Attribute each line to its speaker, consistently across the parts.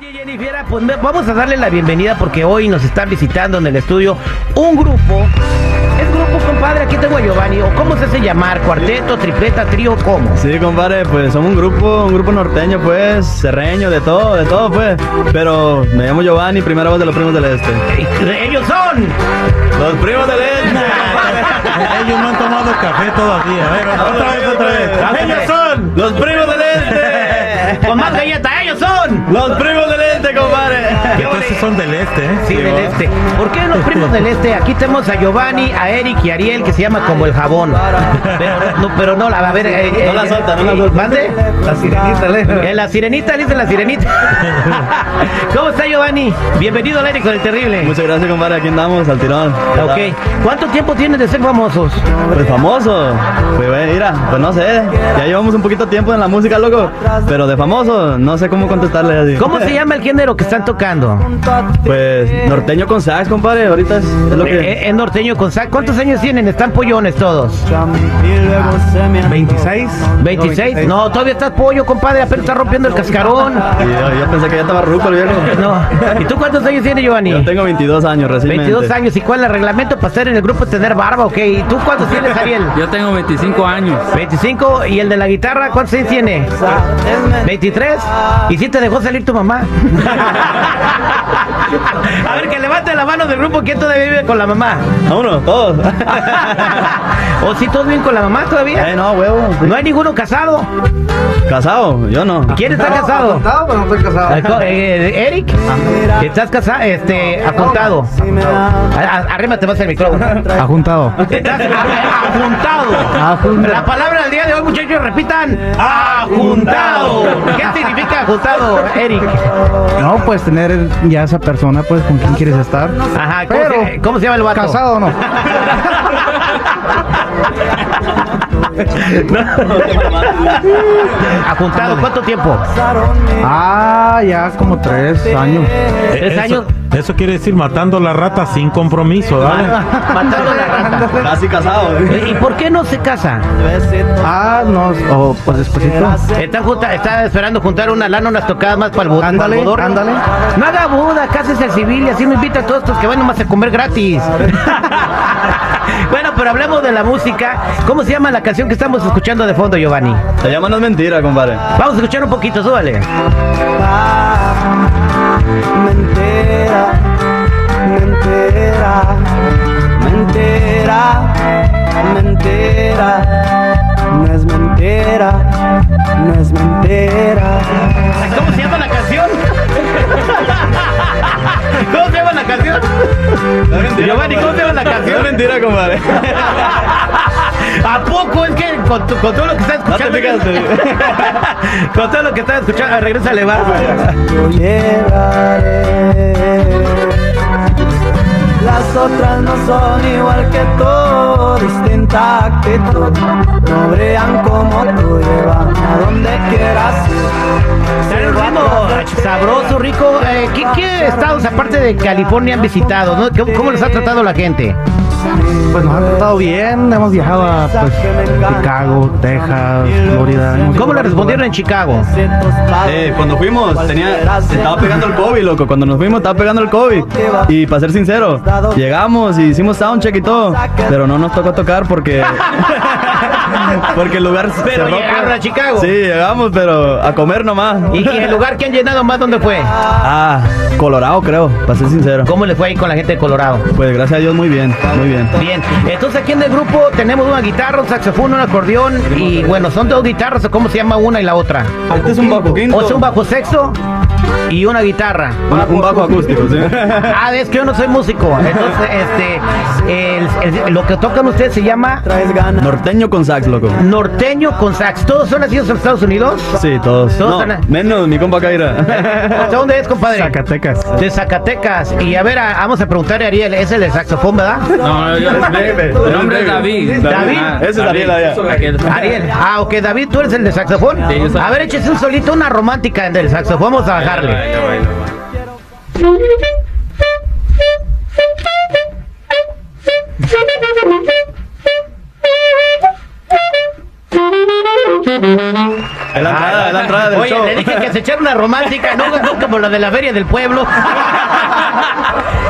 Speaker 1: Jennifer, pues vamos a darle la bienvenida porque hoy nos están visitando en el estudio un grupo. Es grupo, compadre, aquí tengo a Giovanni. ¿O cómo se hace llamar? ¿Cuarteto, tripleta, trío, cómo?
Speaker 2: Sí, compadre, pues somos un grupo, un grupo norteño, pues, serreño, de todo, de todo, pues. Pero me llamo Giovanni, primera voz de los primos del este.
Speaker 1: Ellos son.
Speaker 2: ¡Los primos del este!
Speaker 3: Ellos no han tomado café todavía. A ver, otra vez, otra vez.
Speaker 1: Ellos
Speaker 3: Ellos
Speaker 1: son.
Speaker 3: son
Speaker 2: ¡Los primos del este!
Speaker 1: Con más galleta, ellos son.
Speaker 2: ¡Los primos del este, compadre!
Speaker 3: Entonces son del este, ¿eh?
Speaker 1: Sí,
Speaker 2: Sí,
Speaker 1: del
Speaker 2: va.
Speaker 1: este. ¿Por qué los primos del este? Aquí tenemos a Giovanni, a Eric y a Ariel, que se llama como el jabón. Pero no, pero no la, a ver. eh, eh,
Speaker 2: No la solta, no la
Speaker 1: eh,
Speaker 2: solta.
Speaker 1: ¿Mande? La sirenita, le. La sirenita, le dice la sirenita. ¿Cómo está, Giovanni? Bienvenido al aire con el terrible.
Speaker 2: Muchas gracias, compadre, aquí andamos, al tirón.
Speaker 3: Ah,
Speaker 1: Ok. ¿Cuánto tiempo tienes de ser famosos?
Speaker 2: Pues famoso, pues bueno, mira, pues no sé, ya llevamos un poquito de tiempo en la música, loco, pero de famoso, no sé cómo contestarle así.
Speaker 1: ¿Cómo se llama el género que están tocando?
Speaker 2: Pues norteño con sax, compadre, ahorita es, es lo
Speaker 1: Eh, eh,
Speaker 2: que...
Speaker 1: Es norteño con sax. ¿Cuántos años tienen? Están pollones todos.
Speaker 3: 26.
Speaker 1: ¿26? No, todavía estás pollo, compadre. Apenas está rompiendo el cascarón.
Speaker 2: Y yo, yo pensé que ya estaba ruco el viejo.
Speaker 1: No. ¿Y tú cuántos años tienes, Giovanni?
Speaker 2: Yo tengo 22 años recién.
Speaker 1: 22 años, ¿y cuál es el reglamento para estar en el grupo? ¿Tener barba ok? ¿Y tú cuántos tienes, Ariel?
Speaker 4: Yo tengo 25 años.
Speaker 1: 25, ¿y el de la guitarra cuántos años tiene? 23, ¿y si te dejó salir tu mamá? A ver, que levante la mano del grupo, ¿quién todavía vive con la mamá?
Speaker 2: Vámonos, todos.
Speaker 1: ¿O si todos viven con la mamá
Speaker 2: Eh,
Speaker 1: todavía?
Speaker 2: no, huevo.
Speaker 1: ¿No hay ninguno casado?
Speaker 2: ¿Casado? Yo Ah. no.
Speaker 1: ¿Quién está casado?
Speaker 5: pero no estoy
Speaker 1: Eh,
Speaker 5: casado.
Speaker 1: co- eh, Eric, ¿estás casado? Este, apuntado. Arrímate más el micrófono.
Speaker 3: Ajuntado.
Speaker 1: Estás a- ajuntado. La palabra del día de hoy, muchachos, repitan. Ajuntado. ¿Qué significa ajuntado, Eric?
Speaker 3: No, pues tener ya esa persona, pues, con quien quieres estar.
Speaker 1: Ajá, ¿cómo,
Speaker 3: Pero,
Speaker 1: se, cómo se llama el vato?
Speaker 3: ¿Casado o no?
Speaker 1: Ajuntado, ¿cuánto tiempo?
Speaker 3: Ah, ya como tres años.
Speaker 1: Tres
Speaker 3: eso-
Speaker 1: años.
Speaker 6: Eso quiere decir matando la rata sin compromiso, ¿vale?
Speaker 1: Ah. Matando la rata.
Speaker 2: Casi casado.
Speaker 1: ¿Y por qué no se casa?
Speaker 3: Ah, no, o pues despuesito.
Speaker 1: Está, junta- está esperando juntar una lana, unas tocadas más para el bot- pa'l
Speaker 3: Ándale,
Speaker 1: bodorrio.
Speaker 3: ándale.
Speaker 1: No haga boda, cásese al civil y así me invita a todos estos que van nomás a comer gratis. bueno, pero hablemos de la música. ¿Cómo se llama la canción que estamos escuchando de fondo, Giovanni?
Speaker 2: Se llama No es mentira, compadre.
Speaker 1: Vamos a escuchar un poquito, súbale.
Speaker 5: Mentira, mentira, mentira, mentira, no es mentira, no es mentira.
Speaker 1: ¿Cómo se llama la canción? ¿Cómo se llama la canción?
Speaker 2: No es mentira.
Speaker 1: Giovanni, ¿cómo se llama la canción?
Speaker 2: No es mentira, compadre.
Speaker 1: ¿A poco es que con, tu- con todo lo que estás
Speaker 2: No te
Speaker 1: escuchando?
Speaker 2: fijas.
Speaker 1: con todo lo que estás escuchando, regresa a
Speaker 5: Yo llevaré. Las otras no son igual que tú, distinta actitud. No brillan como tú, llevan a donde quieras.
Speaker 1: Trae un ritmo sabroso, rico. Eh, ¿qué, qué estados aparte de California han visitado? no? ¿Cómo, cómo les ha tratado la gente?
Speaker 3: Pues nos han tratado bien, hemos viajado a pues, Chicago, Texas, Florida. hemos
Speaker 1: ¿Cómo
Speaker 3: ido a
Speaker 1: le respondieron en Chicago?
Speaker 2: Eh, cuando fuimos, tenía, estaba pegando el COVID, loco. Cuando nos fuimos, estaba pegando el COVID. Y para ser sincero, llegamos y hicimos soundcheck y todo. Pero no nos tocó tocar porque. Porque el lugar se pues.
Speaker 1: Pero llegaron a Chicago.
Speaker 2: Sí, llegamos, pero a comer nomás.
Speaker 1: ¿Y el lugar que han llenado más dónde fue?
Speaker 2: Ah, Colorado, creo, para ser sincero.
Speaker 1: ¿Cómo le fue ahí con la gente de Colorado?
Speaker 2: Pues gracias a Dios, muy bien, muy bien.
Speaker 1: Bien, entonces aquí en el grupo tenemos una guitarra, un saxofón, un acordeón y bueno, son dos guitarras o cómo se llama una y la otra.
Speaker 2: Este es un bajo quinto.
Speaker 1: O sea, un bajo sexto y una guitarra.
Speaker 2: Una- un bajo acústico, sí.
Speaker 1: Ah, es que yo no soy músico. Entonces, este, el- el- lo que tocan ustedes se llama
Speaker 5: Traes ganas.
Speaker 2: Norteño con sax, loco.
Speaker 1: norteño con sax. ¿Todos son nacidos en Estados Unidos?
Speaker 2: Sí, todos.
Speaker 1: Todos
Speaker 2: No,
Speaker 1: están a-
Speaker 2: menos mi compa Kaira.
Speaker 1: ¿De dónde es, compadre?
Speaker 3: Zacatecas.
Speaker 1: De Zacatecas. Y a ver, a- vamos a preguntarle a Ariel, es el de saxofón, ¿verdad?
Speaker 4: No, yo, mi nombre es David.
Speaker 1: David.
Speaker 4: Ah,
Speaker 2: Ese es David allá.
Speaker 4: Aquí está.
Speaker 1: Ariel. Ah, ok, David, tú eres el de saxofón.
Speaker 4: Sí, yo soy.
Speaker 1: A ver, échese un solito, una romántica del saxofón. Vamos a bajarle.
Speaker 4: Baila, baila, baila.
Speaker 7: Thank you.
Speaker 2: Es la entrada, es la entrada del
Speaker 1: Oye,
Speaker 2: show.
Speaker 1: le dije que se echara una romántica, no no como la de la feria del pueblo.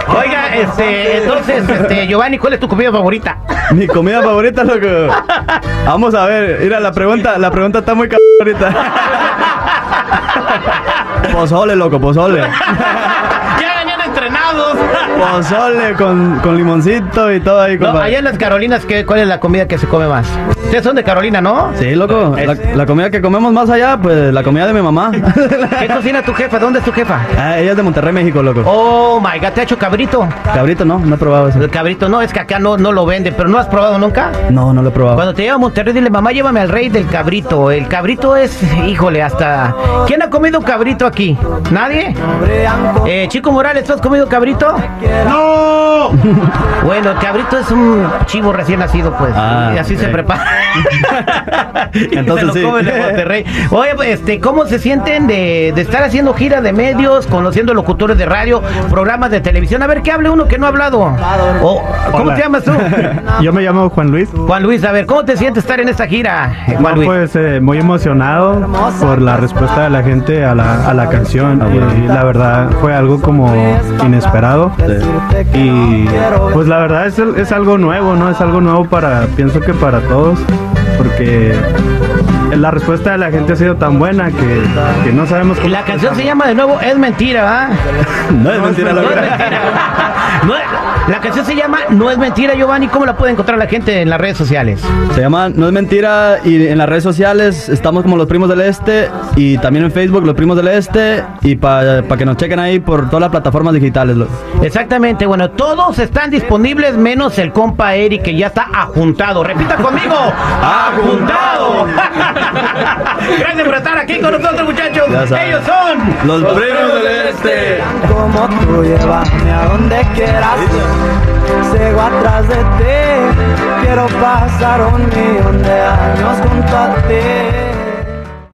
Speaker 1: Oiga, este, entonces, este, Giovanni, ¿cuál es tu comida favorita?
Speaker 2: Mi comida favorita, loco. Vamos a ver, mira, la pregunta, la pregunta está muy cabrón ahorita. Pozole, loco, pozole.
Speaker 1: Ya venían entrenados.
Speaker 2: Pozole con, con limoncito y todo ahí,
Speaker 1: No,
Speaker 2: compadre.
Speaker 1: allá en las Carolinas, ¿qué, ¿cuál es la comida que se come más? Ustedes son de Carolina, ¿no?
Speaker 2: Sí, loco. La, la comida que comemos más allá, pues la comida de mi mamá.
Speaker 1: ¿Qué cocina tu jefa? ¿Dónde es tu jefa?
Speaker 2: Ah, ella es de Monterrey, México, loco.
Speaker 1: Oh my god, ¿te ha hecho cabrito?
Speaker 2: Cabrito, no, no he probado eso.
Speaker 1: El cabrito no, es que acá no, no lo venden, pero ¿no has probado nunca?
Speaker 2: No, no lo he probado.
Speaker 1: Cuando te lleva a Monterrey, dile, mamá, llévame al rey del cabrito. El cabrito es, híjole, hasta... ¿Quién ha comido cabrito aquí? ¿Nadie? Eh, Chico Morales, ¿tú has comido cabrito?
Speaker 6: ¡No!
Speaker 1: Bueno, el cabrito es un chivo recién nacido, pues.
Speaker 2: Ah,
Speaker 1: y así se
Speaker 2: ok.
Speaker 1: prepara. Y
Speaker 2: Entonces,
Speaker 1: se
Speaker 2: sí.
Speaker 1: lo comen en Monterrey. Oye, pues, este, ¿cómo se sienten de, de estar haciendo giras de medios, conociendo locutores de radio, programas de televisión? A ver, ¿qué hable uno que no ha hablado? O, ¿Cómo
Speaker 6: Hola.
Speaker 1: te llamas tú?
Speaker 6: Yo me llamo Juan Luis.
Speaker 1: Juan Luis, a ver, ¿cómo te sientes estar en esta gira, eh,
Speaker 6: No,
Speaker 1: Juan Luis?
Speaker 6: pues eh, muy emocionado por la respuesta de la gente a la, a la canción. Y, la verdad fue algo como inesperado. Y pues la verdad es, es algo nuevo, ¿no? Es algo nuevo para, pienso que para todos. Porque la respuesta de la gente ha sido tan buena que, que no sabemos
Speaker 1: Y
Speaker 6: cómo.
Speaker 1: la canción se llama de nuevo Es Mentira, ¿verdad?
Speaker 2: No es mentira,
Speaker 1: No
Speaker 2: loco.
Speaker 1: es mentira. No es- la canción se llama No es mentira, Giovanni. ¿Cómo la puede encontrar la gente en las redes sociales?
Speaker 2: Se llama No es mentira y en las redes sociales estamos como Los Primos del Este y también en Facebook Los Primos del Este y para que nos chequen ahí por todas las plataformas digitales. loco.
Speaker 1: Exactamente, bueno, todos están disponibles menos el compa Eric que ya está ajuntado. Repita conmigo, ajuntado. Gracias por estar aquí con nosotros, muchachos.
Speaker 2: Ya saben.
Speaker 1: Ellos son
Speaker 2: Los
Speaker 4: Primos del Este.
Speaker 5: como tú llévame a donde quieras Sigo atrás de ti Quiero pasar un millón de años junto a ti